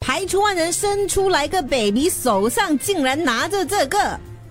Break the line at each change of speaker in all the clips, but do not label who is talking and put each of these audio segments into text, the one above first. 台出万人生出来个 baby，手上竟然拿着这个。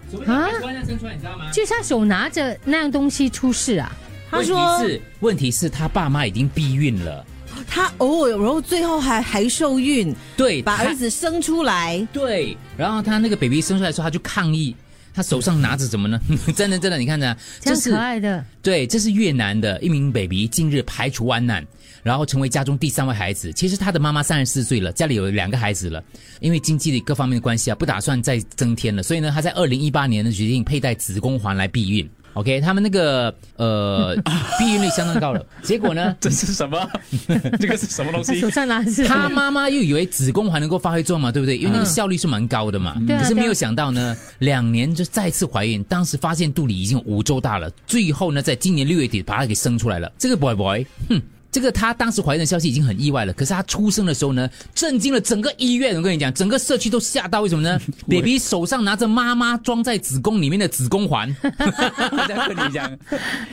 什么叫台湾人生出来，你知道吗？
就是他手拿着那样东西出事啊，
他
问题
说
是，问题是他爸妈已经避孕了，
他偶尔，然后最后还还受 孕，
对，
把
他
儿子生出 来。
对，然后他那个 baby 生出来的时候，他就抗议，他手上拿着怎么呢？ 真的真的，你看着，啊
这样
是
可爱的。
对，这是越南的一名 baby 近日排除万难，然后成为家中第三位孩子。其实他的妈妈三十四岁了，家里有两个孩子了，因为经济的各方面的关系啊，不打算再增添了，所以呢，他在二零一八年呢决定佩戴子宫环来避孕。OK，他们那个呃避孕率相当高了，结果呢，
这是什么？这个是什么东
他
西
手？上拿的是
他 妈妈又以为子宫还能够发挥作用嘛，对不对？因为那个效率是蛮高的嘛。
对啊
可是没有想到呢，两年就再次怀孕，当时发现肚里已经有五周大了，最后呢，在今年六月底把她给生出来了。这个 boy boy，哼。这个她当时怀孕的消息已经很意外了，可是她出生的时候呢，震惊了整个医院。我跟你讲，整个社区都吓到，为什么 呢？baby 手上拿着妈妈装在子宫里面的子宫环，
我在跟你讲，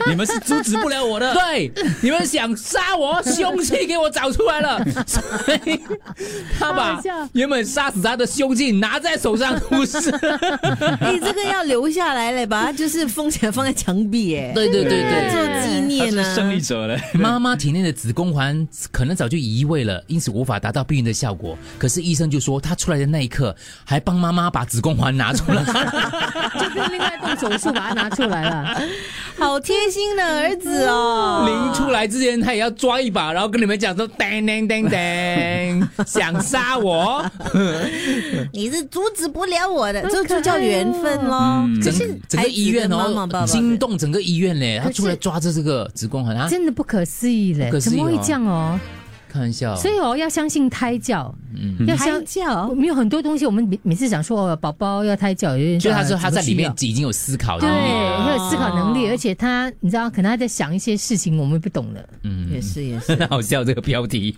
你们是阻止不了我 的。
对，你们想杀我，凶器给我找出来了。所以他
好
把
笑
原本杀死他的凶器拿在手上，不是？
你这个要留下来嘞，把它就是封起来放在墙壁，哎，
对对对对。
做纪
他
念啊
是胜
呢
利。者嘞。
妈妈体内的子宫环可能早就移位了，因此无法达到避孕的效果。可是医生就说，她出来的那一刻还帮妈妈把子宫环拿出 来。
就不用另外动手术把它拿出来了，
好贴心的儿子哦。
临出来之前，他也要抓一把，然后跟你们讲说：“叮叮叮叮， 想杀我。
你是阻止不了我的，
好
这就叫缘分喽。
嗯整”
是
整个医院
孩子的妈妈爸
哦
爸，
惊动整个医院嘞！他
可是
出来抓着这个子宫环啊，
真的不可思议嘞
不！可思
怎
议哦嗯
么会这样哦？
开玩笑，
所以哦，要相信胎教，要
胎
相。我
教
们有很多东西，我们每每次讲说哦，宝宝要胎教，有人
就他
呃
说他在里面
怎么需要
已经有思考
对，
能力了，
他有思考能力，
哦
而且他你知道，可能他在想一些事情我们不懂的。
嗯
也，是也是。
好笑这个标题。